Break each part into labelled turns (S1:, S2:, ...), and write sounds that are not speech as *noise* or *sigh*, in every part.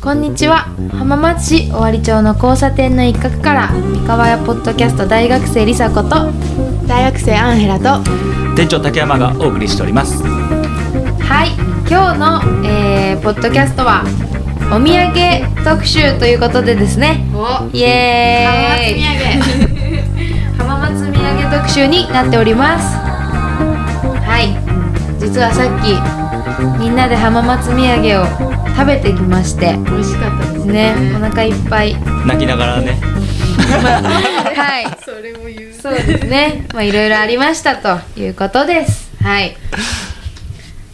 S1: こんにちは浜松市尾張町の交差点の一角から三河屋ポッドキャスト大学生梨紗子と
S2: 大学生アンヘラと
S3: 店長竹山がお送りしております
S1: はい今日の、えーポッドキャストはお土産特集ということでですね
S2: お
S1: イエーイ浜松土産特集になっておりますはい実はさっきみんなで浜松土産を食べてきまして
S2: 美味しかったです
S1: ね
S2: ね
S1: お腹いっぱ *laughs* い
S3: 泣きながらね
S1: はい
S2: それも言う
S1: そうですね。まあいろいろありましたということです。はい。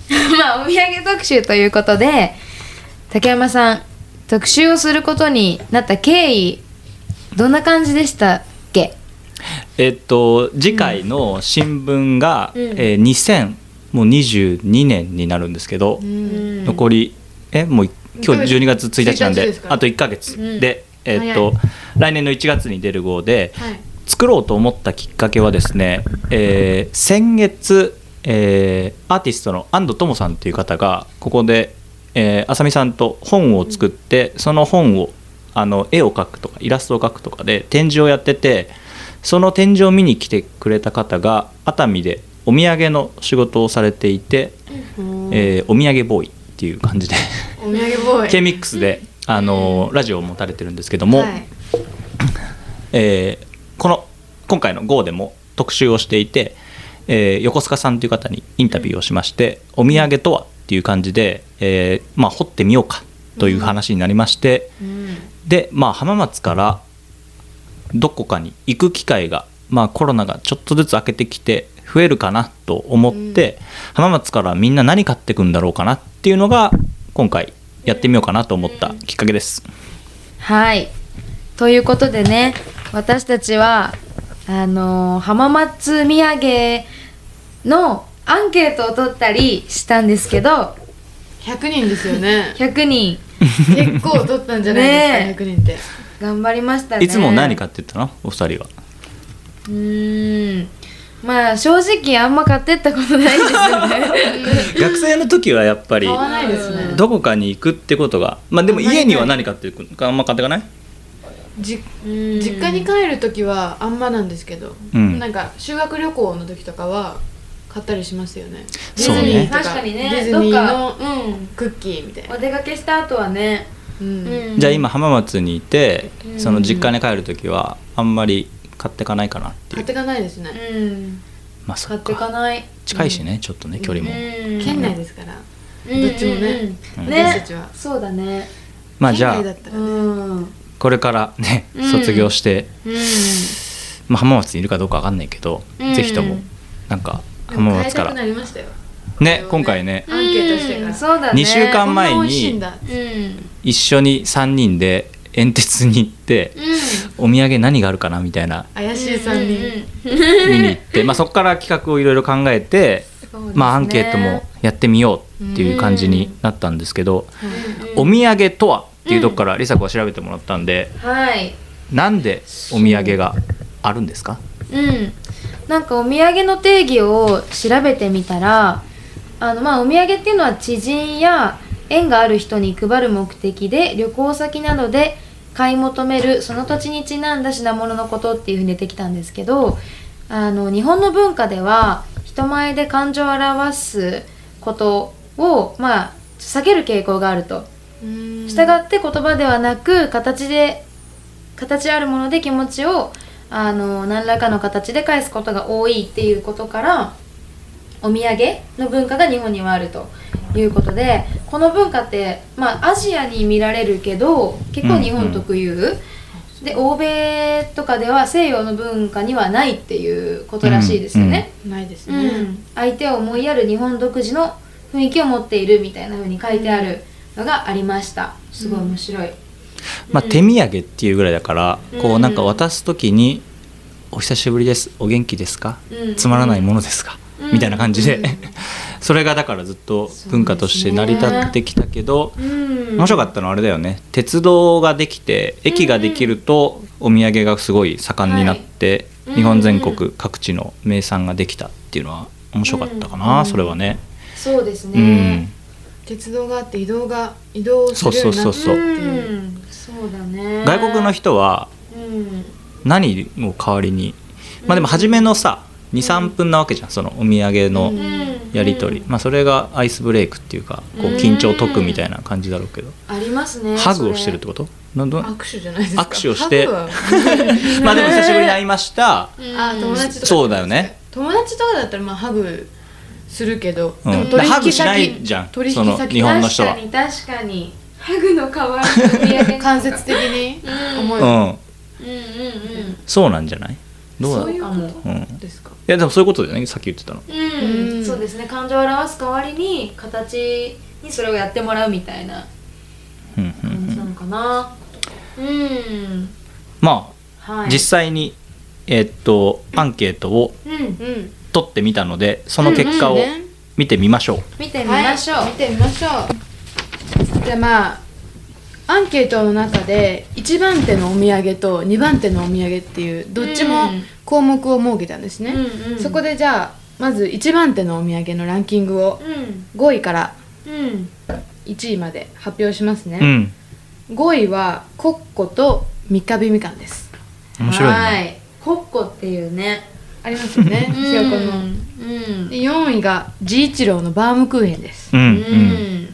S1: *laughs* まあお土産特集ということで、竹山さん特集をすることになった経緯どんな感じでしたっけ？
S3: えっと次回の新聞が、
S1: うん
S3: えー2022年になるんですけど、
S1: うん
S3: 残りえもうい今日12月1日なん
S2: 1日
S3: で
S2: ですか
S3: あと1ヶ月、
S1: うん
S3: で、えっと来年の1月に出る号で、
S2: はい
S3: 作ろうと思ったきっかけはですね、えー先月、えーアーティストの安藤友さんという方がここで、えー、浅見さんと本を作って、その本をあの絵を描くとかイラストを描くとかで展示をやっててその展示を見に来てくれた方が熱海でお土産の仕事をされていて、えーお土産ボーイっていう感じで
S2: お土産ボーイ
S3: k ミックスであのラジオを持たれてるんですけども。
S2: はい
S3: えーこの今回の GO でも特集をしていて、えー横須賀さんという方にインタビューをしまして、お土産とはっていう感じで、えーまあ、掘ってみようかという話になりまして、で、まあ、浜松からどこかに行く機会が、まあ、コロナがちょっとずつ開けてきて増えるかなと思って、浜松からみんな何買ってくんだろうかなっていうのが今回やってみようかなと思ったきっかけです。
S1: はい。ということでね、私たちは、あのー浜松土産のアンケートを取ったりしたんですけど、
S2: 100人ですよね
S1: 100人
S2: *laughs* 結構取ったんじゃないですか100人って
S1: 頑張りましたね。
S3: いつも何買ってったのお二人は
S1: *laughs* うーんまあ正直あんま買ってったことないです
S2: *laughs*
S1: よね
S3: 学生の時はやっぱり
S2: 買わないですね
S3: どこかに行くってことがまあでも
S2: あんまり
S3: 家には何買ってくるあんま買ってかない
S2: じ
S1: うん
S2: 実家に帰る時はあんまなんですけど、
S3: うん
S2: なんか修学旅行の時とかは買ったりしますよね
S3: そうね
S2: とか
S1: 確かにね
S2: ディズニーの
S1: どっかうん
S2: クッキーみたいな、
S1: お出かけした後はね、
S2: うん
S3: じゃあ今浜松にいて
S1: うん
S3: その実家に帰る時はあんまり買ってかないかなってい
S2: 買っ
S3: う
S2: てかないですね、
S1: うん
S3: まあそ
S1: 買
S3: っ
S1: ってか
S3: か
S1: ない
S3: 近いしねちょっとね距離
S1: う
S3: も
S1: ん
S2: 県内ですから、
S1: うん
S2: どっちもね
S1: うん
S3: うん
S1: ね
S2: 私たちは
S1: そうだね
S3: まあじゃ
S2: 県外だ
S3: あ
S2: ったら
S1: う
S2: ね、
S1: ん、うん、
S3: これからね
S1: うん
S3: 卒業してまあ浜松にいるかどうかわかんないけど
S1: うん
S3: ぜひともなんか浜
S2: でも買い
S3: 松
S2: た
S3: か
S2: くな
S3: ら
S2: りましたよ
S3: ね今回ね
S2: アンケートしてから
S1: うんそうだね
S3: 二週間前に
S2: こんな美味しいんだ
S1: うんうん
S3: 一緒に3人で煙鉄に行ってお土産何があるかなみたいな
S2: 怪しい3人、
S1: うんうん
S3: 見に行って、まあ、そこから企画をいろいろ考えて、
S1: そうですね
S3: まあ、アンケートもやってみようっていう感じになったんですけど、
S1: うん
S3: お土産とはっていうとこから梨紗子は調べてもらったんで、
S1: はい
S3: なんでお土産があるんですか
S1: うん、なんかお土産の定義を調べてみたらあのまあお土産っていうのは知人や縁がある人に配る目的で旅行先などで買い求めるその土地にちなんだ品物のことっていうふうに出てきたんですけどあの日本の文化では人前で感情を表すことを、まあ、避ける傾向があると。
S2: うん
S1: 従って言葉ではなく形で形あるもので気持ちをあの何らかの形で返すことが多いっていうことからお土産の文化が日本にはあるということでこの文化って、まあ、アジアに見られるけど結構日本特有、で欧米とかでは西洋の文化にはないっていうことらしいですよね。
S3: うんうん
S2: ないです
S1: う
S2: ね、
S1: ん、相手を思いやる日本独自の雰囲気を持っているみたいな風に書いてあるのがありましたすごい面白い、
S3: まあ、手土産っていうぐらいだから、
S1: う
S3: こうんなんか渡す時に「お久しぶりですお元気ですか、
S1: うん
S3: つまらないものですか、
S1: うん
S3: みたいな感じで、
S2: うん
S3: *laughs* それがだからずっと文化として成り立ってきたけど、
S1: うん
S3: 面白かったのはあれだよね鉄道ができて駅ができるとお土産がすごい盛んになって、
S1: はい
S3: 日本全
S1: うんう
S3: 国各地の名産ができたっていうのは面白かったかな、
S1: うん
S3: それはね。
S1: そうです
S3: うん
S1: ね、
S2: 鉄道があって移動が移動をするようにな
S3: そう
S2: ってっ
S3: そう
S2: て
S1: う
S2: いうん
S1: そうだね
S3: 外国の人は
S1: うん
S3: 何を代わりにまあでも初めのさ23分なわけじゃんそのお土産の
S2: うん
S3: やり取り、
S1: うん
S3: まあ、それがアイスブレイクっていうかこう
S1: うん
S3: 緊張を解くみたいな感じだろうけど、
S1: ありますね
S3: ハグをしてるってことなんどま
S2: 握手じゃないですか
S3: 握手をして
S2: ハグは
S3: あでも久しぶりに会いました
S1: それ
S2: あ友達とか
S3: そうだよね
S2: 友達とかだったらまあハグするけど、
S3: うん
S2: でも
S3: でハグ
S2: 取引
S3: しな
S2: 先
S3: いじゃん
S2: 取引
S3: その
S2: 先
S3: 日本の人は
S1: 確かに確かにハグの代わりにお土産
S2: 間接的に思い、
S3: うん
S1: うんうんうん
S3: そうなんじゃないどうだ
S2: そういう
S3: う
S2: こ
S3: ん、い
S2: とですか、
S3: やでもそういうことだよねさっき言ってたの
S1: うん
S2: うん
S1: そうですね感情を表す代わりに形にそれをやってもらうみたいな
S3: うんうんう
S1: 感じなんのかなうん、
S3: まあ、
S1: はい
S3: 実際にえーっとアンケートを
S1: うん
S2: うん、
S3: 取ってみたのでその結果を
S2: うんうんね
S3: 見てみましょう、
S1: 見てみましょう、
S2: はい見てみましょうじゃあまあアンケートの中で1番手のお土産と2番手のお土産っていうどっちも
S1: うん
S2: 項目を設けたんですね、
S1: うんうん
S2: そこでじゃあまず1番手のお土産のランキングを
S1: うん
S2: 5位から
S1: うん
S2: 1位まで発表します
S3: う
S2: ね、
S3: ん
S2: 5位はコッコと三日日みかんです
S3: 面白いね
S1: はいコッコっていうね
S2: ありますよね
S1: う
S2: ひよこの、
S1: うん
S2: で4位が治一郎のバームクーヘンです
S3: うん
S1: う
S3: うん
S1: ん
S2: で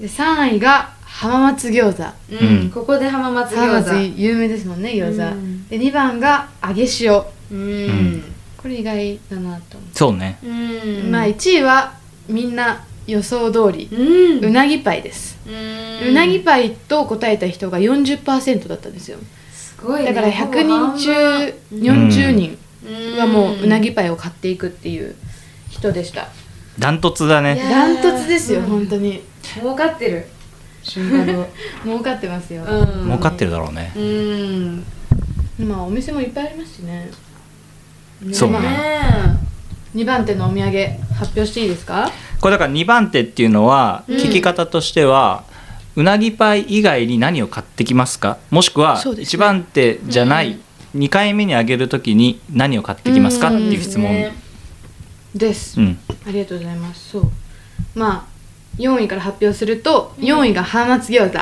S2: 3位が浜松餃子
S1: うん
S3: うん
S1: ここで浜松
S2: 浜
S1: 餃
S2: 松
S1: 子
S2: 有名ですもんね餃子、
S1: うん
S2: で2番が揚げ塩
S1: うん
S2: これ意外だなと思
S3: そうね
S1: うん
S2: う、まあ1位はみんな予想通り
S1: う、ん
S2: うなぎパイです、う
S1: う
S2: なぎパイと答えた人が40%だったんですよ
S1: すごいね
S2: だから100人中
S3: 分
S2: 40人
S1: 人
S2: はもううなぎパイを買っていくっていう人でした
S3: ダントツだ
S1: いや
S3: ね
S2: ダントツですよ、
S1: うん
S2: 本当に
S1: 儲かってる
S2: 瞬間を *laughs* 儲かってますよ、
S1: うん
S3: 儲かってるだろうね
S1: うん
S2: まあお店もいっぱいありますしね
S3: そうね
S2: まあ2番手のお土産発表していいですか
S3: これだから2番手っていうのは
S1: うん
S3: 聞き方としては、うなぎパイ以外に何を買ってきますかもしくは
S2: そうです
S3: 1
S2: ね
S3: 番手じゃない2回目にあげるときに何を買ってきますかって
S2: ん
S3: いう質問、
S1: ね
S2: です、
S3: うん
S2: ありがとうございますそうまあ4位から発表すると4位が浜松餃子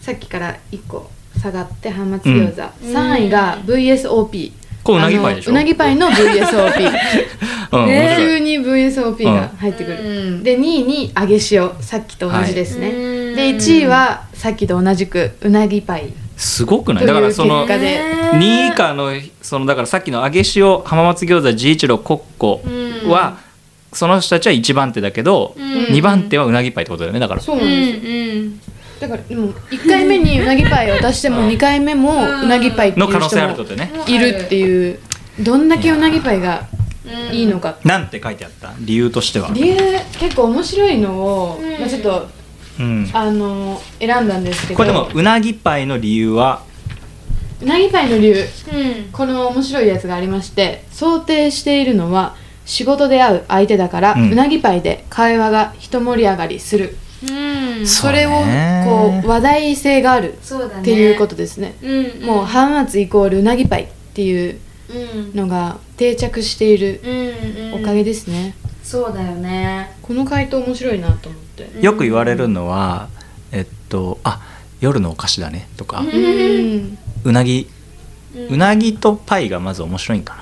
S2: さっきから1個下がって浜松餃子、
S1: うん
S2: 3位が VSOP
S3: これうなぎパイでしょ
S2: あのうなぎパイの
S3: *laughs*
S2: VSOP
S3: うん
S1: ね
S3: 面白
S2: 急
S3: い
S2: に VSOP が入ってくる、
S1: うん
S2: で2位に揚げ塩さっきと同じですね、
S1: はいうん
S2: で1位はさっきと同じくうなぎパイ
S3: すごくな
S2: と
S3: い
S2: いう
S3: だからその
S2: 結果で
S3: 2位以下のそのだからさっきの揚げ塩浜松餃子治一郎コッコは、その人たちは1番手だけど、
S1: うん
S3: 2番手はうなぎパイってことだよねだから
S2: そう
S1: う
S2: なん
S1: ん
S2: ですよ、
S1: うん
S2: だからでも1回目にうなぎパイを出しても2回目もうなぎパイっていう
S3: の可
S2: 人
S3: 能性あるってこ
S2: も
S3: とでね
S2: いるっていうどんだけうなぎパイが
S1: うん
S2: いいのか
S3: なんて書いてあった理由としては、
S2: 理由結構面白いのを、
S1: うん
S2: まあ、ちょっと
S3: うん、
S2: あの選んだんですけど
S3: これでもうなぎパイの理由は
S2: うなぎパイの理由
S1: うん
S2: この面白いやつがありまして想定しているのは仕事で会う相手だから、
S3: う
S2: うんなぎパイで会話が一盛り上がりする
S1: うん
S3: そ
S2: それを
S3: うね
S2: こう話題性がある
S1: そうだね
S2: っていうことですね
S1: うん
S2: もう浜松イコールうなぎパイっていう
S1: うん
S2: のが定着している
S1: うん
S2: おかげですね、
S1: そうだよね
S2: この回答面白いなと思って
S1: うん
S3: よく言われるのは、えっとあ夜のお菓子だねとか、
S1: う
S3: うん
S2: うん
S3: なぎ
S1: うん
S3: うなぎとパイがまず面白いんか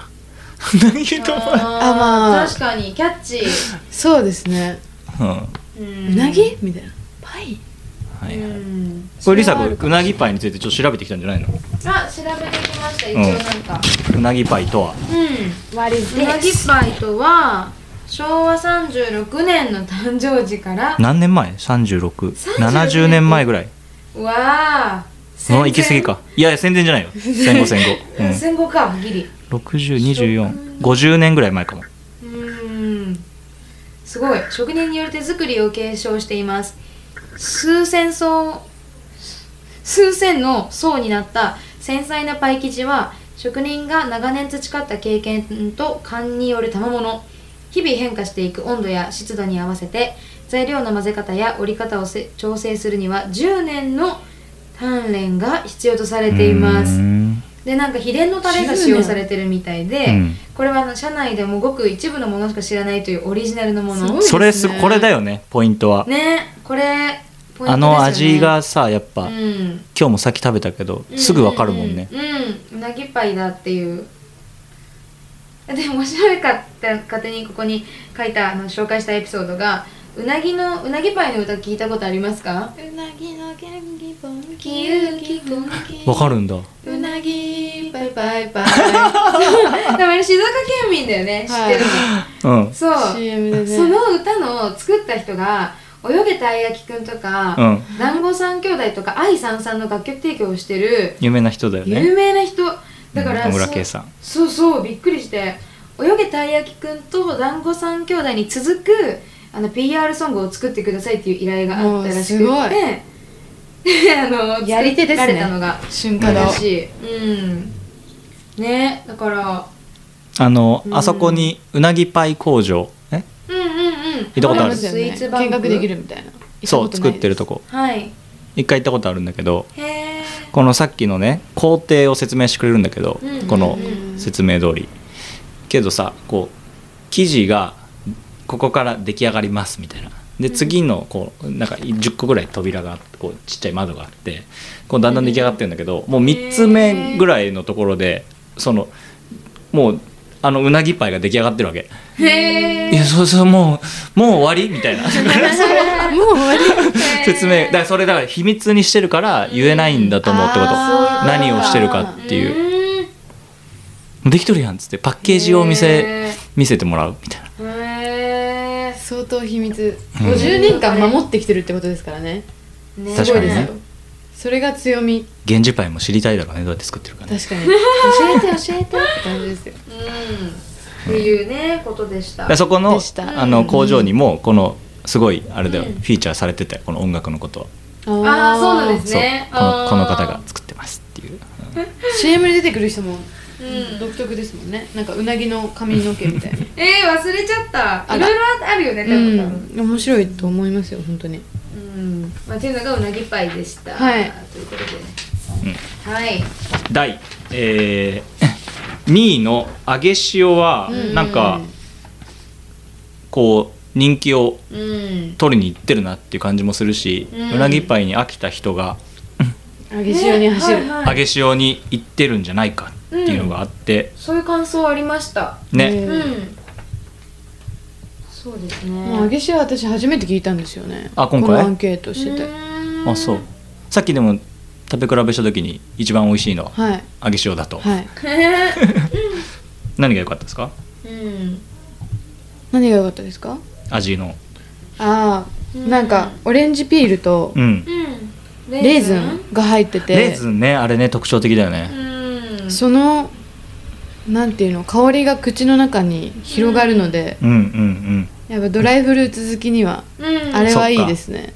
S3: なうなぎとパ
S1: あー
S2: あまあ
S1: 確かにキャッチ
S2: そうですね
S3: イ、うんは
S1: う
S2: うなぎみたいなパイ
S3: いはい
S1: うん
S3: これりさ
S2: それはある
S3: くうなぎパイについてちょっと調べてきたんじゃないの
S1: あ調べてきました一応なんか
S3: うなぎパイとは
S1: うん
S2: 割り
S1: うなぎパイとは昭和36年の誕生時から
S3: 何年前
S1: 36
S3: 3670年前ぐらい
S1: わあ
S3: その行き過ぎかいやいや宣伝じ
S1: *laughs*
S3: ゃないよ戦後戦後、うん、
S1: 戦後かギリ
S3: 602450年ぐらい前かも
S1: うーんすごい職人による手作りを継承しています数千層数千の層になった繊細なパイ生地は職人が長年培った経験と勘による賜物日々変化していく温度や湿度に合わせて材料の混ぜ方や折り方をせ調整するには10年の鍛錬が必要とされています
S3: うん
S1: でなんか秘伝のタレが使用されてるみたいで、
S3: うん
S1: これはあの社内でもごく一部のものしか知らないというオリジナルのも
S2: す
S1: の
S2: ごい
S3: それす
S2: そうですね
S3: これだよねポイントは、
S1: ねこれポイントです
S3: あ
S1: よね
S3: の味がさやっぱ、
S1: うん
S3: 今日もさっき食べたけどすぐわかるもんね、
S1: うんうんうん、うなぎパイだっていうで面白いかった勝手にここに書いたあの紹介したエピソードがうなぎのうなぎパイの歌聞いたことありますか
S2: うなぎのキャンギポン
S1: キ
S2: キ
S1: ユ
S2: ユ
S1: キ
S2: キ
S1: ポ
S2: ポ
S1: ン
S2: ン
S3: わかるんだ
S2: う
S1: *laughs*
S2: なぎバイバイバイ
S1: だから静岡県民だよね知ってるの、
S3: うん
S1: そう
S2: CM でね
S1: その歌の作った人が泳げたいやきくんとか、
S3: うん
S1: 団子三兄弟とか愛さんさんの楽曲提供をしてる
S3: 有名な人だよね
S1: 有名な人だから、
S3: うん野村
S1: そう
S3: 圭さん
S1: そうそうびっくりして泳げたいやきくんと団子三兄弟に続くあの PR ソングを作ってくださいっていう依頼があったらしく
S2: おー
S1: っ
S2: す
S1: て *laughs* あの
S2: やり手で
S1: 作
S2: すね
S1: られたのが
S2: 瞬間だ
S1: 正しい、うんねだから
S3: あの、
S1: うん
S3: あそこにうなぎパイ工場え
S1: うんうんうん
S3: たことある
S2: りますよ
S1: スイーツ
S2: ね
S1: バン
S2: 見
S1: ク
S2: 学できるみたいな
S3: そう作ってる
S2: *laughs*
S3: と
S2: こ
S3: こ
S1: はい
S3: 一回行ったことあるんだけど
S1: へえ
S3: このさっきのね工程を説明してくれるんだけど、
S1: うんうんうん
S3: この説明通りけどさこう生地がここから出来上がりますみたいなで次のこうなんか10個ぐらい扉があってこうちっちゃい窓があってこうだんだん出来上がってるんだけどもう3つ目ぐらいのところでそのもうあのうなぎパイが出来上がってるわけ
S1: へ
S3: いやそうそうもうもう終わりみた
S1: *laughs*
S3: いな
S2: もう終わり
S3: *laughs* 説明だからそれだから秘密にしてるから言えないんだと思うってこと
S2: あー
S3: 何をしてるかってい
S1: い
S3: う
S1: う
S3: できとるやんっつってパッケージを見せ見せてもらうみたいな
S1: へえ
S2: 相当秘密
S3: うん
S2: 50年間守ってきてるってことですからね
S1: ね
S3: 確かにね
S2: すごいですよそれが強み
S3: 源氏パイも知りたいだろうねどうやって作ってるかね
S2: 確かに教えて教えてって感じですよ
S1: うんっていうねことでした
S3: だからそこの
S2: でした
S3: あ
S1: う
S3: の
S1: ん
S3: 工場にもこのすごいあれだよ、
S1: うん
S3: フィーチャーされてたよこの音楽のことは
S1: ああそうなんです
S3: そう
S1: ね
S3: このこの
S1: あー
S3: 方が作ってますっていう、うん
S2: CM に出てくる人も
S1: うん
S2: 独特ですもんねなんかうなぎの髪の毛みたいな
S1: えー、忘れちゃった
S2: あら
S1: いろいろあるよね多分多分
S2: *laughs* うん面白いと思いますよ本当に
S1: うんまあっていうのがうなぎパイでした
S2: はい
S1: ということで
S3: うん
S1: はい
S3: 第、えー、2位の *laughs* 揚げ塩は
S1: ん
S3: なんかこう人気を
S1: うん
S3: 取りに行ってるなっていう感じもするし、
S1: う
S3: うんなぎパイに飽きた人が
S2: 揚げ塩に走る、
S1: ねはいは
S3: 揚
S1: い
S3: げ塩に行ってるんじゃないかっていうのがあって、
S1: そういう感想ありました
S3: ね、
S1: う
S2: うん
S1: んそうですね
S2: もう揚げ塩私初めて聞いたんですよね
S3: あ今回
S2: このアンケートしてて、
S1: うーん
S3: あそうさっきでも食べ比べした時に一番美味しいのは
S2: はい
S3: 揚げ塩だと、
S2: はい
S1: へー
S3: 何が良かったですか
S2: *laughs*
S1: うん
S2: 何が良かったですか
S3: 味の
S2: ああ
S1: うん
S2: なんかオレンジピールと
S3: うん
S1: うん
S2: レーズンが入ってて
S3: レーズンねあれね特徴的だよね、
S1: うん
S2: そのなんていうの香りが口の中に広がるので、
S3: うん、うん
S2: やっぱドライフルーツ好きには、
S1: うん
S2: あれはいいですね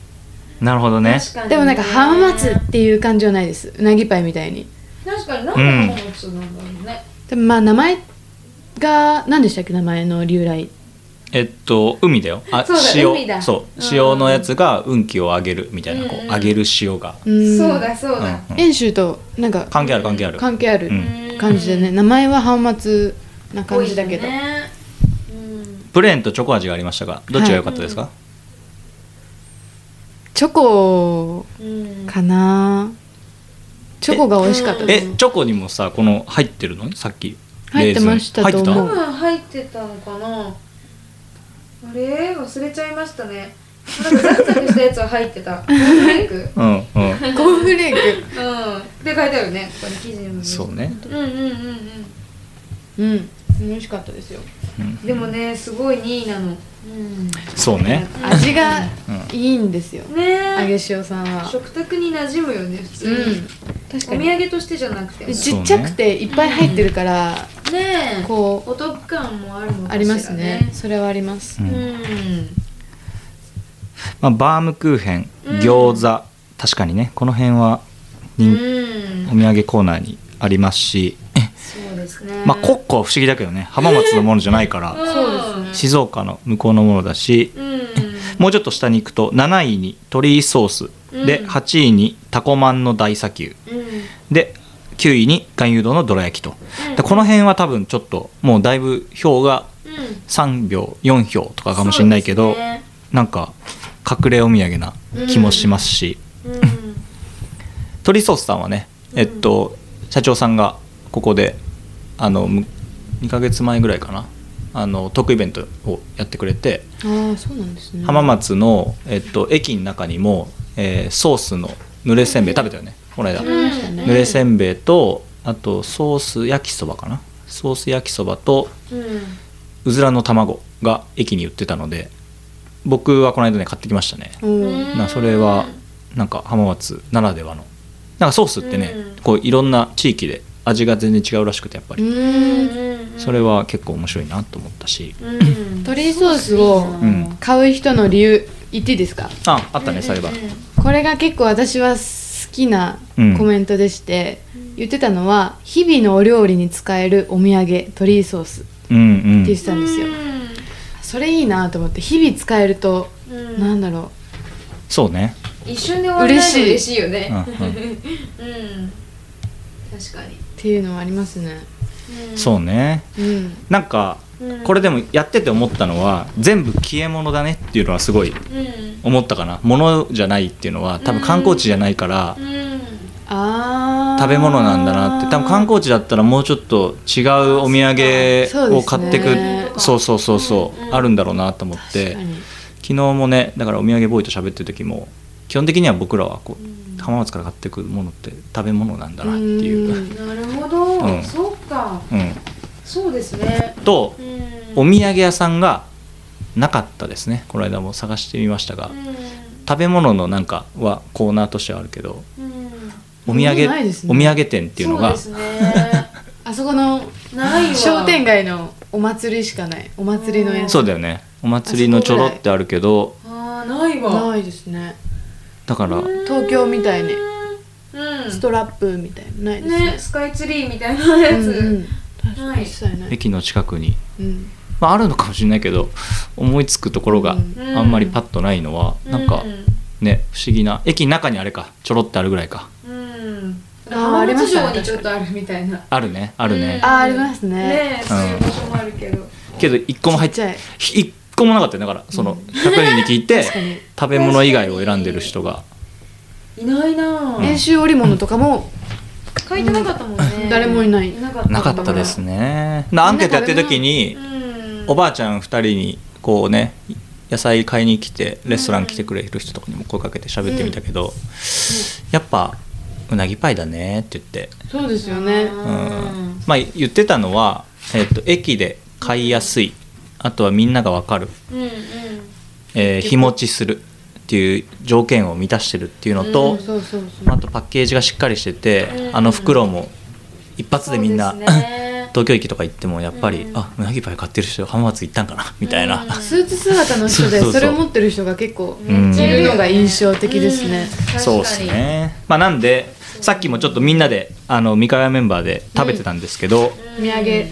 S3: うんなるほどね
S1: 確かにね
S2: でもなんか浜松っていう感じはないですうなぎパイみたいに
S1: 確かに何で浜松なんだろうね
S2: でもまあ名前が何でしたっけ名前の由来
S3: えっと海だよあ
S1: そうだ
S3: 塩
S1: 海だ
S3: そう
S1: うん
S3: 塩のやつが運気を上げるみたいなこ
S1: う
S3: うん上げる塩が、
S2: う
S1: そうだそうだ
S3: うんうん
S2: 遠州となんか
S3: 関係ある関係ある
S2: 関係ある
S1: うん
S2: 感じでね、名前は浜松な感じだけど、
S1: 多いよねうん
S3: プレーンとチョコ味がありましたがどっちが良かったですか、
S1: は
S2: チョコ
S1: うん
S2: かなチョコが美味しかったで
S3: え
S2: す
S3: チョコにもさこの入ってるのさっき
S2: 入ってましたと思う
S3: レーズン
S1: 多
S3: 入って
S1: 分入ってたのかなあれ忘れちゃいましたねなんかザクザクしたやつは入ってたフレークうん
S3: たうんうん
S2: コーンフレ
S1: *laughs*
S2: ー
S1: で書いてあるねここに記事にも
S3: そうね、
S1: うんうんうん
S2: クうん美味しかったですよ
S3: うん
S1: うんでもねすごい2位なのうん
S3: そうね
S2: 味がいいんですよ、揚げ
S1: ねえ
S2: 塩さんは
S1: 食卓に馴染むよね普通
S2: う
S1: に、
S2: ん確か
S1: お
S2: に
S1: 土産としてじゃなくてもね
S2: でちっちゃくていっぱい入ってるから、
S1: え
S2: こう
S1: お得感もあるのかしら、ね、
S2: ありますねそれはあります、
S1: うん、
S3: まあ、バームクーヘン
S1: うん
S3: 餃子、確かにねこの辺は
S1: う
S3: 人
S1: ん
S3: お土産コーナーにありますし、
S1: そうですね
S3: まあ、コッコは不思議だけどね浜松のものじゃないか
S1: うん
S3: ら
S2: そうで
S3: 静岡の向こうのものだし
S1: うん
S3: もうちょっと下に行くと7位に鳥居ソースで
S1: うん
S3: 8位にタコマンの大砂丘
S1: うん
S3: で9位に含有堂のどら焼きと
S1: うん
S3: でこの辺は多分ちょっともうだいぶ票が
S1: うん
S3: 3票4票とかかもしれないけ
S1: そ
S3: ど、
S1: うですね
S3: なんか隠れお土産な気もしますし、
S2: うん
S3: 鳥ソースさんはね、えっと、社長さんがここであのむ2ヶ月前ぐらいかなあのトークイベントをやってくれて、
S2: ああそうなんですね
S3: 浜松の、えっと、駅の中にも、えーソースの濡れせんべい食べたよねこの間、
S2: 食べました
S3: 濡れ
S2: ね
S3: せんべいとあとソース焼きそばかなソース焼きそばとうずらの卵が駅に売ってたので僕はこの間ね買ってきましたね
S2: おー
S3: なそれはなんか浜松ならではのなんかソースってね、
S4: うん
S3: こういろんな地域で味が全然違うらしくてやっぱ
S2: う
S3: り、
S2: ん
S3: それは結構面白いなと思ったし
S2: 鶏ソースを
S3: うん
S2: 買う人の理由言っていいですか
S3: ああったねそういえば
S2: これが結構私は好きなコメントでして、言ってたのは日々のお料理に使えるお土産鶏ソースって
S3: うんうん
S2: 言ってたんですよ、それいいなと思って日々使えると、なんだろ
S3: そうね、
S4: 一瞬で終わりないの
S2: 嬉
S4: 嬉
S2: し
S4: しいよ
S3: うんう
S4: ね
S3: ん、
S2: *laughs*
S4: うん確かに
S2: うっていうのはありますね
S3: そうね
S2: うん
S3: なんか
S4: うん
S3: これでもやってて思ったのは全部消え物だねっていうのはすごい
S4: うん
S3: 思ったかな物じゃないっていうのは多分観光地じゃないから
S4: うん
S2: あー
S3: 食べ物なんだなって多分観光地だったらもうちょっと違うお土産を買ってく
S2: そ
S3: そう,、
S2: うですね
S3: そうそうそうそう、
S4: うん
S3: あるんだろうなと思っ
S2: 確
S3: て
S2: かに
S3: 昨日もねだからお土産ボーイと喋ってる時も基本的には僕らはこう浜松から買ってくものって食べ物なんだなっていう。
S2: うん
S4: なるほど、
S3: うん
S4: そうか
S3: うん、
S4: そうですね
S3: と
S4: うん
S3: お土産屋さんがなかったですねこの間も探してみましたが、食べ物のなんかはコーナーとしてはあるけど
S4: うんうん
S3: お土産、
S2: もうないですね
S3: お土産店っていうのが
S4: そうですね
S2: あそこの
S4: ないわ
S2: 商店街のお祭りしかないお祭りのやつ
S3: そうだよねお祭りのちょろってあるけど
S4: あーないわ
S2: ないですね
S3: だから
S2: 東京みたいに
S4: うん
S2: ストラップみたいなないですね
S4: ねスカイツリーみたいなやつ、
S2: うんうん、確
S4: は
S2: か
S4: い
S2: に一切ない、
S3: 駅の近くに、
S2: うん、
S3: まあ、あるのかもしれないけど思いつくところが
S2: うん
S3: あんまりパッとないのは、なんかね不思議な駅の中にあれかちょろってあるぐらいか
S4: うん
S2: あーありましたね
S4: 浜松城にちょっとあるみたいな
S3: あるねあるね、
S2: あーありますね
S4: ねえそういう場所もあるけど、
S3: けど一個も入っ
S2: ちっちゃい
S3: ひ一個もなかったよだからその100人に聞いて
S2: 確かに
S3: 食べ物以外を選んでる人が
S4: いないなあ、
S2: 練習織物とかも
S4: 書いてなかったもんね
S2: 誰もいない
S4: なかった
S3: なかったですねなアンケートやってる時に、
S4: うん
S3: おばあちゃん2人にこうね野菜買いに来てレストラン来てくれる人とかにも声かけて喋ってみたけど、やっぱうなぎパイだねって言って、
S2: そうですよね
S3: うんまあ言ってたのは、えっと駅で買いやすいあとはみんながわかる、
S4: うんうん
S3: えー日持ちするっていう条件を満たしてるっていうの
S2: そ
S3: と
S2: う、そうそうそう
S3: あとパッケージがしっかりしてて、
S4: うん
S3: あの袋も一発でみんな、
S4: そうですね
S3: 東京駅とか行ってもやっぱり、
S4: うん
S3: あうなぎパイ買ってる人浜松行ったんかなみたいな、
S4: うん
S2: スーツ姿の人
S3: そ
S2: で
S3: うそうそう
S2: それを持ってる人が結構
S3: ん
S2: いるのが印象的ですね、
S4: うん
S3: そうですね。まあなんでさっきもちょっとみんなであの三河屋メンバーで食べてたんですけど、
S4: 確か
S2: お
S4: に
S2: 土産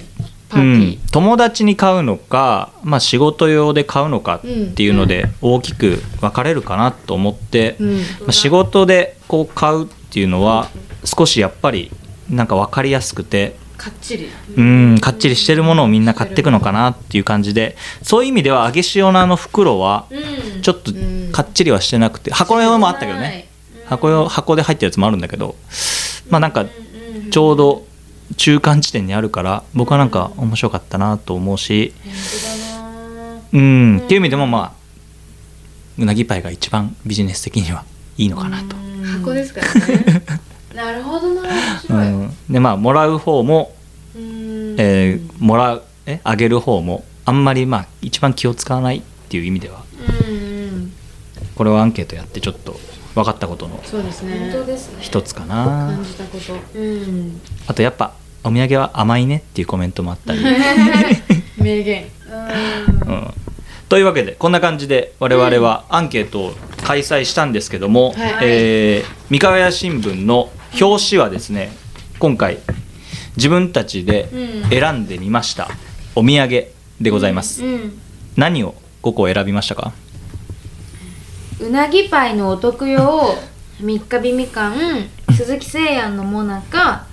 S2: パ
S3: う
S2: ー
S3: ん
S2: ティー、
S3: 友達に買うのか、まあ、仕事用で買うのかっていうので大きく分かれるかなと思って、
S2: うん
S3: まあ、仕事でこう買うっていうのは少しやっぱりなんか分かりやすくて
S2: かっちり
S3: うんかっちりしてるものをみんな買っていくのかなっていう感じでそういう意味では揚げ塩のあの袋は
S4: うん
S3: ちょっとかっちりはしてなくて箱用もあったけどね。箱よ箱で入ったやつもあるんだけどまあなんかちょうど中間地点にあるから僕はなんか面白かったなと思うしうんっていう意味でもまあうなぎパイが一番ビジネス的にはいいのかなと、
S2: 箱ですからね
S4: なるほどな面
S3: う
S4: 白い
S3: ん、でまあもらう方も、
S4: うん
S3: えーもらうえあげる方もあんまりまあ一番気を使わないっていう意味では
S4: うん
S3: これはアンケートやってちょっと分かったことの
S2: そうです
S4: 本
S2: ね
S4: 当ですね
S3: 一つかな。
S2: 感じたこと
S4: うん
S3: あとやっぱお土産は甘いねっていうコメントもあったり
S2: 名言
S3: うんというわけでこんな感じで我々はアンケートを開催したんですけども、
S2: はい
S3: えー三河屋新聞の表紙はですね今回自分たちで
S4: うん
S3: 選んでみましたお土産でございます、
S4: うん
S3: 何を5個選びましたか
S1: うなぎパイのお得用三日日みかん鈴木製庵のもなか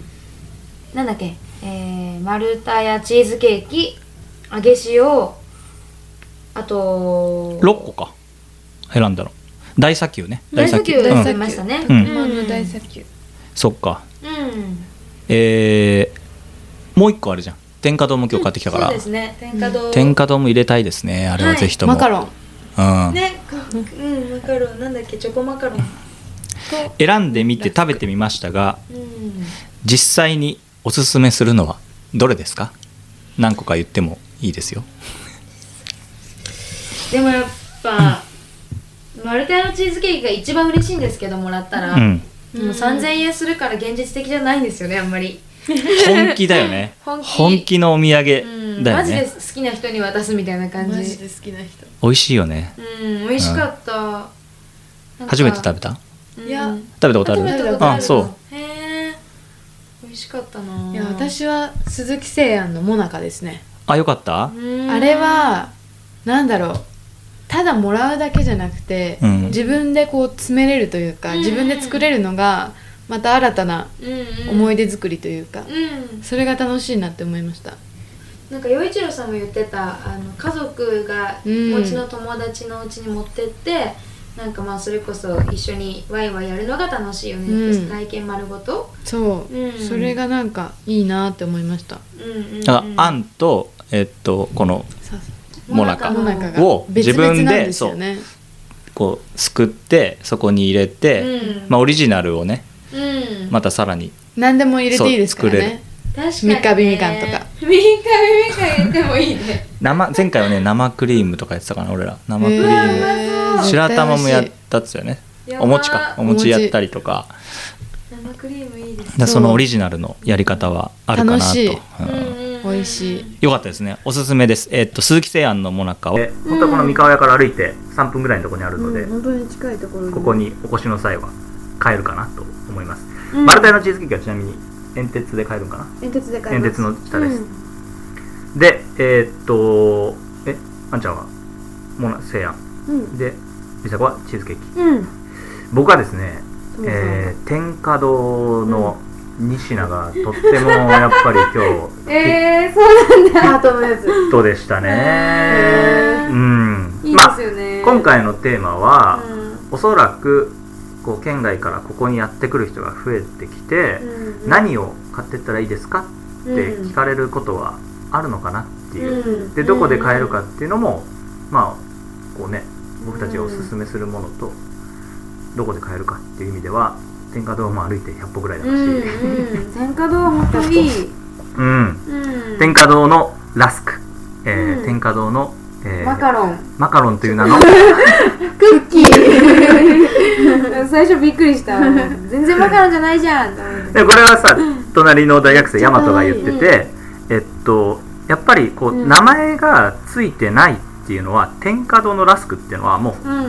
S1: なんだっけ、えー、丸太やチーズケーキ揚げ塩あと
S3: 6個か選んだの大砂丘ね
S1: 大砂丘
S3: う
S1: を
S3: ん
S1: 食べましたね。
S3: うん
S2: 日本の大砂丘
S3: そっか
S4: うん
S3: えーもう一個あるじゃん天下丼も今日買ってきたから、
S4: そうですね天下堂
S3: 天下丼も入れたいですねあれはぜひとも、
S2: マカロン
S3: うん
S4: ねこうんマカロンなんだっけチョコマカロン
S3: 選んでみて食べてみましたが
S4: うん
S3: 実際におすすめするのはどれですか何個か言ってもいいですよ
S1: でもやっぱ、マルテアのチーズケーキが一番嬉しいんですけどもらったら、
S3: うん
S1: もう3000円するから現実的じゃないんですよねあんまり、
S3: 本気だよね
S1: 本気
S3: のお土産だよ
S1: うん
S3: ね
S1: マジで好きな人に渡すみたいな感
S2: マ
S1: じ
S2: ジで好きな人
S3: 美味しいよね
S1: うん美味しかった、
S3: 初めて食べた
S1: べ
S2: いや
S3: 食べたことある
S1: 食べたこと
S2: あ
S1: ある
S3: そ
S1: へえ美味しかったない
S2: いや私は鈴木誠也のモナカですね
S3: あよかった
S2: あれはなんだろうただもらうだけじゃなくて、
S3: うん
S2: 自分でこう詰めれるというか、
S4: うん
S2: 自分で作れるのがまた新たな思い出作りというか、
S4: うん
S2: それが楽しいなって思いました
S4: なんか陽一郎さんも言ってたあの家族が
S2: うん
S4: お家の友達のお家に持ってって、なんかまあそれこそ一緒にワイワイやるのが楽しいよねって、
S2: うん
S4: 体験丸ごと、
S2: そう、
S4: うん
S2: それがなんかいいなって思いました
S4: うんうんうん、
S3: だからあんとえっとこの
S2: さ
S3: もなか
S2: モナカ
S3: を
S2: が
S3: 自
S2: 別
S3: 分で
S2: 々なんですよね
S3: こうすくってそこに入れて、
S4: うん
S3: まあ、オリジナルをね
S4: うん
S3: またさらに
S2: 何でも入れていいですから
S3: そう作れ
S2: ね
S4: 確かに、ね、
S2: 三日日みかんとか
S4: 三日日みかん言ってもいいね
S3: 生前回はね生クリームとかやってたかな俺ら生クリーム、
S2: へー
S3: 白玉もやっ
S2: 絶
S3: たっつよね
S4: やば
S3: お餅かお餅やったりとか
S4: *laughs* 生クリームいいです
S3: だからそのオリジナルのやり方はあるかなと
S2: 楽しい
S3: うん
S2: 対美味しい
S3: よかったですねおすすめですえっと鈴木製庵のもなかは本当はこの三河屋から歩いて3分ぐらいのところにあるので、
S2: 当に近いところ
S3: ここにお越しの際は買えるかなと思います、マルタイのチーズケーキはちなみに煙鉄で買えるんかな
S4: 煙突で買
S3: 煙鉄の下です、でえーっとえあんちゃんはもなせいや
S4: うん
S3: で美佐子はチーズケーキ
S4: うん
S3: 僕はですね、えー天下堂の仁科がとってもやっぱり今日ヒ
S4: えー、そう
S2: ハートのやつ
S3: ットでしたねうん
S4: いいで
S3: まあ
S4: すよね、
S3: 今回のテーマは、
S4: うん
S3: おそらくこう県外からここにやってくる人が増えてきて、
S4: うん
S3: 何を買ってったらいいですかって
S4: うん
S3: 聞かれることはあるのかなっていう、
S4: うん
S3: でどこで買えるかっていうのも、まあこうね僕たちがおすすめするものと、どこで買えるかっていう意味では天下堂も歩いて100歩ぐらいだし、
S4: う
S3: う
S4: ん
S3: ん
S4: うん天下堂は本当いい、うん、
S3: 天下堂のラスク、えー
S4: うん
S3: 天下堂の、えー
S4: マカロン
S3: マカロンとい
S4: *laughs*
S3: う名の
S4: クッキー *laughs* 最初びっくりした全然マカロンじゃないじゃんと思って
S3: でこれはさ隣の大学生大和が言ってて、えっとやっぱりこう、
S4: うん
S3: 名前がついてないっていうのは天下堂のラスクっていうのはもう
S4: うん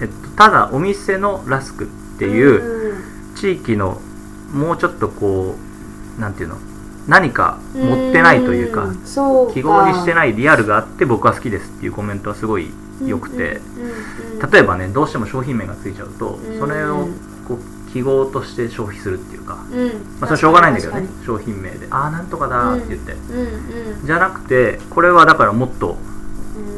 S3: えっと、ただお店のラスクっていう地域のもうちょっとこうなんていうの何か持ってないというか
S4: んそうか
S3: 記号にしてないリアルがあって僕は好きですっていうコメントはすごい良くて例えばねどうしても商品名がついちゃうと
S4: うん
S3: それをこう記号として消費するっていうか
S4: うん
S3: まあそれはしょうがないんだけどね商品名でああなんとかだーって言って
S4: うんうん
S3: じゃなくてこれはだからもっと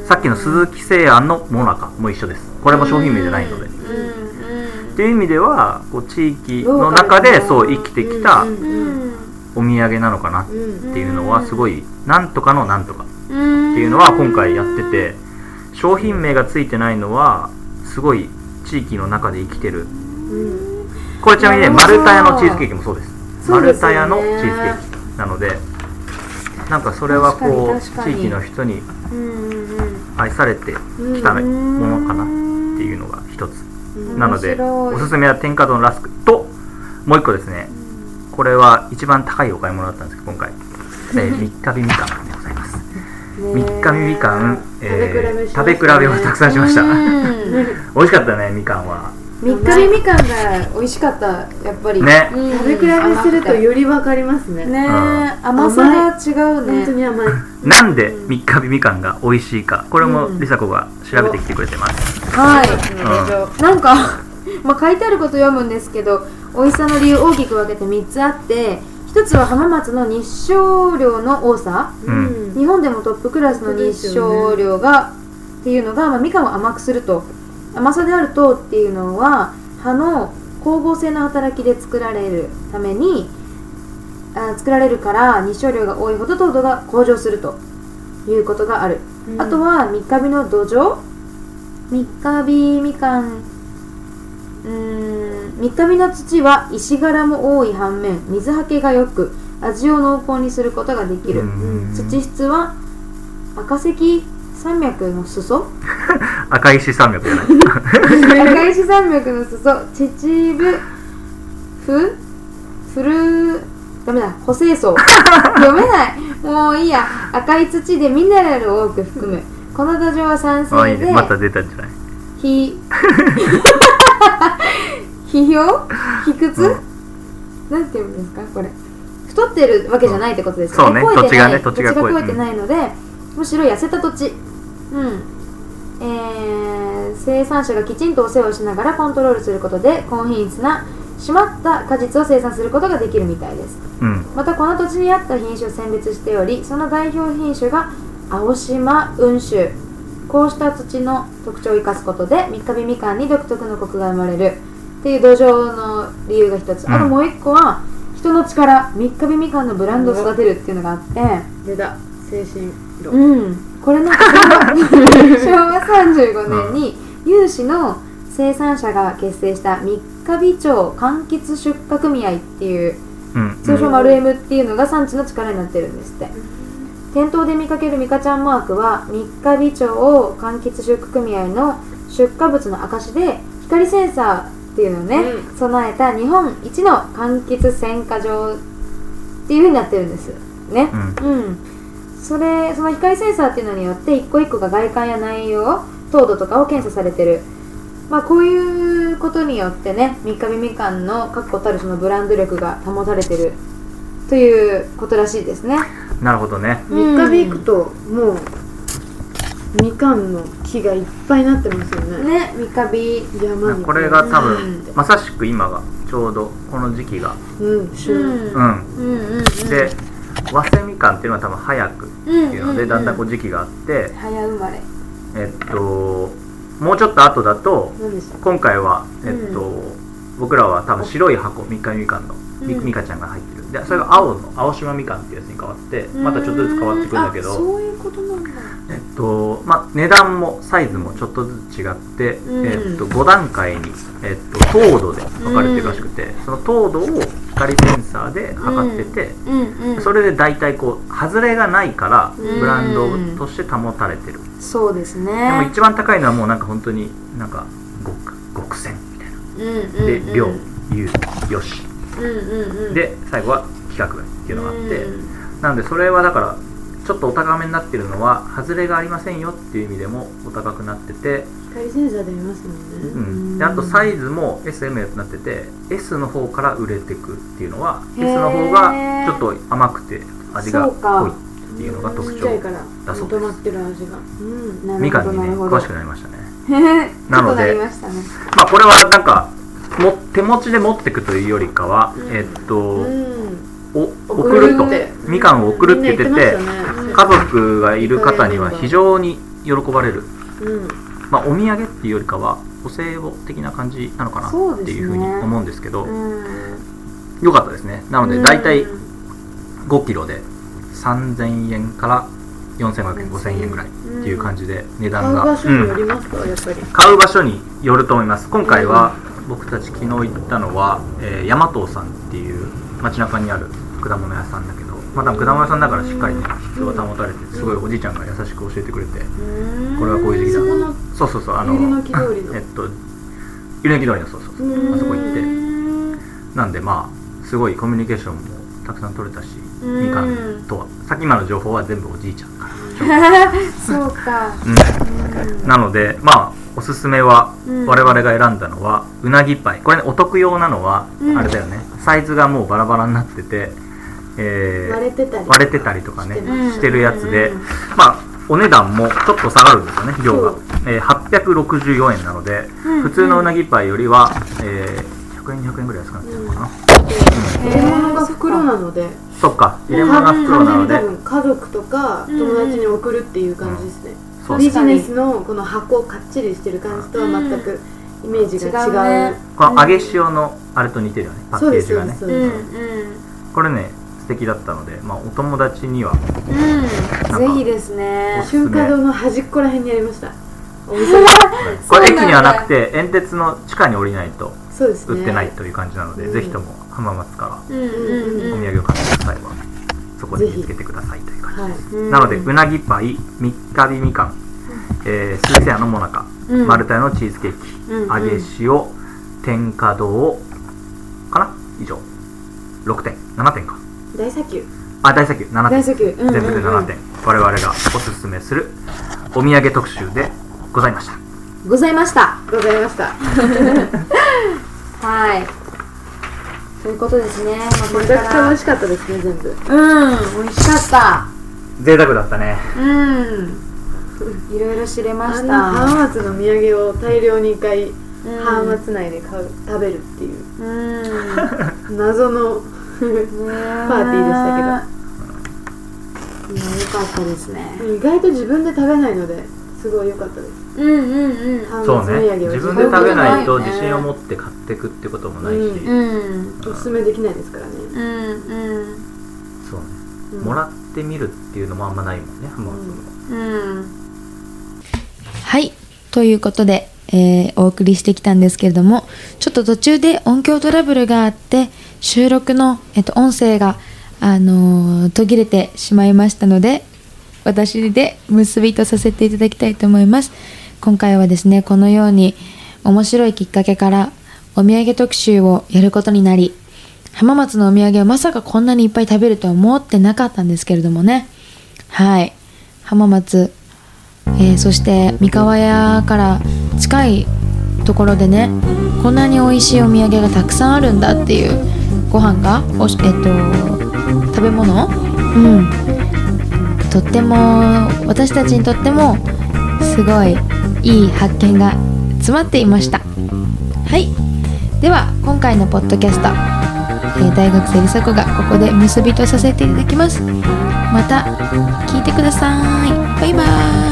S3: さっきの鈴木製庵のモナカも一緒ですこれも商品名じゃないので
S4: うん
S3: っていう意味ではこう地域
S4: うん
S3: の中でそう生きてきた
S4: うんうん
S3: お土産なのかなっ
S2: うん
S3: ていうのはすごいなんとかのなんとかっ
S4: って
S3: て
S4: い
S3: いうのは今回やってて商品名がついてないのはすごい地域の中で生きてるこれちなみにね
S4: なる
S3: マ
S4: ほど
S3: ルタヤのチーズケーキもそうです
S4: そ
S3: マ
S4: うで
S3: ル
S4: すよ
S3: タ
S4: ね
S3: ヤのチーズケーキなのでなんかそれはこ
S4: 確
S3: う
S4: かに確かに
S3: 地域の人に
S4: うんうん
S3: 愛されて
S4: うん
S3: きたものか
S4: な
S3: なっていうのが一つ
S4: うん
S3: なので
S4: 面白い
S3: おすすめは天下丼ラスクともう一個ですねこれは一番高いお買い物だったんですけど今回、 *laughs* えー、三日日みかんでございます三日日みかん、えー食べ比べをたくさんしました美味しかったねみかんは
S1: 3日目みかんが美味しかったやっぱり、
S3: ね、
S4: 食
S2: 食べ比べするとよりわかりますね
S4: ね
S3: う
S1: 甘さが違う
S2: 本当
S1: ね
S2: に甘い
S3: なんで三日日みかんが美味しいかこれも梨紗子が調べてきてくれてます、
S1: はい
S3: うん
S1: なんか *laughs* まあ書いてあること読むんですけど美味しさの理由大きく分けて3つあって一つは浜松の日照量の多さ
S3: うん
S1: 日本でもトップクラスの日照量が、っていうのが、まあ、みかんを甘くすると甘さである糖っていうのは葉の光合成の働きで作られるためにあ作られるから日照量が多いほど糖度が向上するということがある、
S2: うん
S1: あとは三日日の土壌三日日みかんうーん三日日の土は石柄も多い反面水はけがよく味を濃厚にすることができる、
S3: うん
S1: 土質は赤石山脈の裾
S3: 赤石山脈じゃない
S1: 赤石山脈の裾秩父ふふるダメだ湖西層読めないもういいや赤い土でミネラルを多く含むこの土壌は酸
S3: ああい
S1: 性
S3: い
S1: で
S3: ねまた出たんじゃない
S1: ひひよひくつ、なんて言うんですかこれ太ってるわけじゃないってことですよね
S3: そうね
S1: 肥えてない
S3: 土地がね土地が
S1: 肥
S3: 肥
S1: え
S3: え
S1: て
S3: て
S1: ないので、むしろ痩せた土地うんえー生産者がきちんとお世話をしながらコントロールすることで高品質な締まった果実を生産することができるみたいです
S3: うん
S1: またこの土地に合った品種を選別しておりその代表品種が青島雲州こうした土地の特徴を生かすことで三日日みかんに独特のコクが生まれるっていう土壌の理由が一つ、
S3: うん
S1: あともう一個は人の力三日日みかんのブランドを育てるっていうのがあって
S2: 出た精神論
S1: うんこれなんか昭和 *laughs* 昭和35年に有志の生産者が結成した三日日町柑橘出荷組合っていう
S3: うん
S1: 通称丸 M っていうのが産地の力になってるんですって、店頭で見かけるミカちゃんマークは三日日町を柑橘出荷組合の出荷物の証で光センサーっていうのをね、
S2: う
S1: 備えた日本一の柑橘選果場っていうふうになってるんですね
S3: うん
S1: うん、それその光センサーっていうのによって一個一個が外観や内容糖度とかを検査されてるまあこういうことによってね三日日みかんの確固たるそのブランド力が保たれてるということらしいですね
S3: なるほどね
S2: 三日目行くともうみかんの木がいっぱいになってますよね
S1: ね三日日
S2: 山に
S3: これが多分
S1: うん
S3: まさしく今がちょうどこの時期が
S2: う
S1: う
S2: ん旬
S1: ん
S3: う
S1: うん
S3: ん
S1: うんうん
S3: で早生みかんっていうのは多分早くっ
S1: うん
S3: ていうのでだんだんこう時期があって
S1: 早生まれ
S3: えっともうちょっと後だと
S2: 何でしたっ
S3: 今回はえっと僕らは多分白い箱三日みかんのみ
S1: うん
S3: みかちゃんが入ってるでそれが青の青島みかんっていうやつに変わってまたちょっとずつ変わってくるんだけ
S1: うーあ
S3: ど
S1: そういうことなんだ
S3: えっとまあ、値段もサイズもちょっとずつ違って、
S1: うん
S3: えっと、5段階に、えっと、糖度で分かれてるらしくて、その糖度を光センサーで測ってて、
S1: うんうん
S3: それで大体こう外れがないから
S1: うん
S3: ブランドとして保たれてる、
S1: そうです
S3: でも
S1: ね
S3: 一番高いのはもうなんか本当になんか極極戦みたいな
S1: うん
S3: で
S1: うん
S3: 量優よし
S1: うんうんうん
S3: で最後は規格外っていうのがあって、
S1: うん
S3: なのでそれはだからちょっとお高めになってるのは外れがありませんよっていう意味でもお高くなってて、
S2: け光センサーで見ますもんね
S3: うん、であとサイズも SML になってて S の方から売れてくっていうのは
S1: へー
S3: S の方がちょっと甘くて味が
S1: そうか
S3: 濃いっていうのが特
S2: ちっ
S3: 徴
S2: ちゃいから
S3: だそう
S2: ま
S3: で
S2: と
S3: す
S2: まってる味がうん
S1: な
S3: み
S1: る
S3: か
S1: ほど
S3: んに
S1: な
S3: ね
S1: るほ
S3: 詳
S1: ど
S3: し
S1: *laughs*
S3: くなりましたね
S1: な
S3: な
S1: の
S3: の
S1: でな
S3: で
S1: りましたね
S3: まあこれはなんかも手持ちで持ってくというよりかは、
S2: ん
S3: えっと、
S2: うん
S3: お
S2: 送
S3: 送
S2: る
S3: る
S2: と
S3: とみかんを送るって言って
S2: みんな
S3: て
S2: 言ってましたね
S3: 家族がいる方には非常に喜ばれる
S2: うん
S3: まあ、お土産っていうよりかはお歳暮的な感じなのかな
S1: そう
S3: っ
S1: ですね
S3: ていうふうに思うんですけど
S1: うん
S3: 良かったですねなので大体
S1: うん
S3: 5キロで3000円から4500円5000円ぐらいっていう感じで値
S2: 買
S3: 段
S2: う
S3: が、
S2: 場所によ
S3: う
S2: り
S3: ん
S2: ますかやっぱり
S3: 買う場所によると思います今回は僕たち昨日行ったのは、えー、大和さんっていう街中にある果物屋さんだけどまだ果物屋さんだからしっかりね質は保たれてすごいおじいちゃんが優しく教えてくれてこれはこういう時期だ
S2: そこの
S3: そうそうそうあの
S2: 百合の木通りの
S3: えっとゆるぎ通りのそうそうそううんあそこ行ってなんでまあすごいコミュニケーションもたくさん取れたし
S1: うん
S3: みかんとはさっき今の情報は全部おじいちゃんから、
S1: そうか
S3: うんなのでまあおすすめは
S1: うん
S3: 我々が選んだのはうなぎパイこれねお得用なのは
S1: うん
S3: あれだよね、サイズがもうバラバラになってて、えー
S2: 割れてたり
S3: 割れてたりとかね
S2: して
S1: ます
S3: してるやつで、
S1: うん
S3: まあお値段もちょっと下がるんですよね量が
S2: そう、
S3: えー864円なので、
S1: うん
S3: 普通のうなぎパイよりは、えー100円200円ぐらい安くなってるのかな、
S2: 入れ物が袋なので
S3: そっか入れ物が袋なので、
S2: 完全に多分家族とか友達に送るっていう感じですね
S3: そう
S1: で
S3: ですす
S1: か
S3: こ
S1: に
S2: ビジネスのこの箱をかっちりしてる感じとは全くイメージが違
S1: 違
S2: う,、
S1: うね
S3: の揚げ塩のあれと似てるよねパ
S2: そ
S3: ッ
S2: う
S3: ケ
S2: で
S3: ー
S2: す
S3: ジ
S2: そう
S3: が
S2: で
S3: ね
S2: すそう
S1: う
S2: で
S1: ん
S2: す、
S3: これね素敵だったので、まあ、お友達には
S1: うん、ぜひですね
S3: おすす
S2: 春
S3: め
S2: 華堂の端っこら辺にありましたお店
S3: これ
S1: そうなんだ
S3: 駅にはなくて煙鉄の地下に降りないと
S2: そうですね
S3: 売ってないという感じなので、
S2: うん
S3: ぜひとも浜松か
S1: うんうん
S3: らお
S1: うん
S3: 土産を買ってくださいはそこで見つけてくださいという感じ
S2: はい
S1: うん
S3: なのでうなぎパイ三日日みかん、えー、スーセアのもなか、
S1: うん
S3: マルタイのチーズケーキ、
S1: うんうん
S3: 揚げ塩天下堂かな以上6点7点か
S2: 大砂丘
S3: あ大砂丘7点
S2: 大砂丘うんうん
S3: 全部で7点、我々がおすすめするお土産特集でございました
S1: ございました
S5: ございました
S1: はいということですね、まあ、こ
S2: め
S1: れ
S2: ち
S1: か
S2: ゃくちゃ美
S1: ら
S2: 味しかったですね全部
S1: うん美味しかった
S3: 贅沢だったね
S1: うんいろいろ知れま
S2: あ
S1: し
S2: んな
S1: た
S2: 浜松の土産を大量に買い
S1: うん
S2: 浜松内で買う食べるっていう
S1: うんね
S2: 謎のパーティー
S1: でしたけどいやよかったですね
S2: 意外と自分で食べないのですごい良かったです
S1: うんうん
S2: 浜
S3: そう
S2: 松
S3: ね
S2: 土産を
S3: 自分で
S2: 自
S3: 食べないと
S1: そうね
S3: 自信を持って買ってくってこともないし、
S2: う
S1: うん
S2: おすすめできないですからね
S1: うんうん
S3: そうね、もらってみるっていうのもあんまないもんね浜松も、
S1: うん
S6: はい。ということで、えーお送りしてきたんですけれども、ちょっと途中で音響トラブルがあって、収録の、えっと、音声が、あのー途切れてしまいましたので、私で結びとさせていただきたいと思います。今回はですね、このように面白いきっかけからお土産特集をやることになり、浜松のお土産をまさかこんなにいっぱい食べるとは思ってなかったんですけれどもね。はい。浜松えーそして三河屋から近いところでねこんなに美味しいお土産がたくさんあるんだっていうご飯がおしえっと食べ物うんとっても私たちにとってもすごいいい発見が詰まっていましたはいでは今回のポッドキャスト、えー大学生梨紗子がここで結びとさせていただきますまた聞いてくださいバイバーイ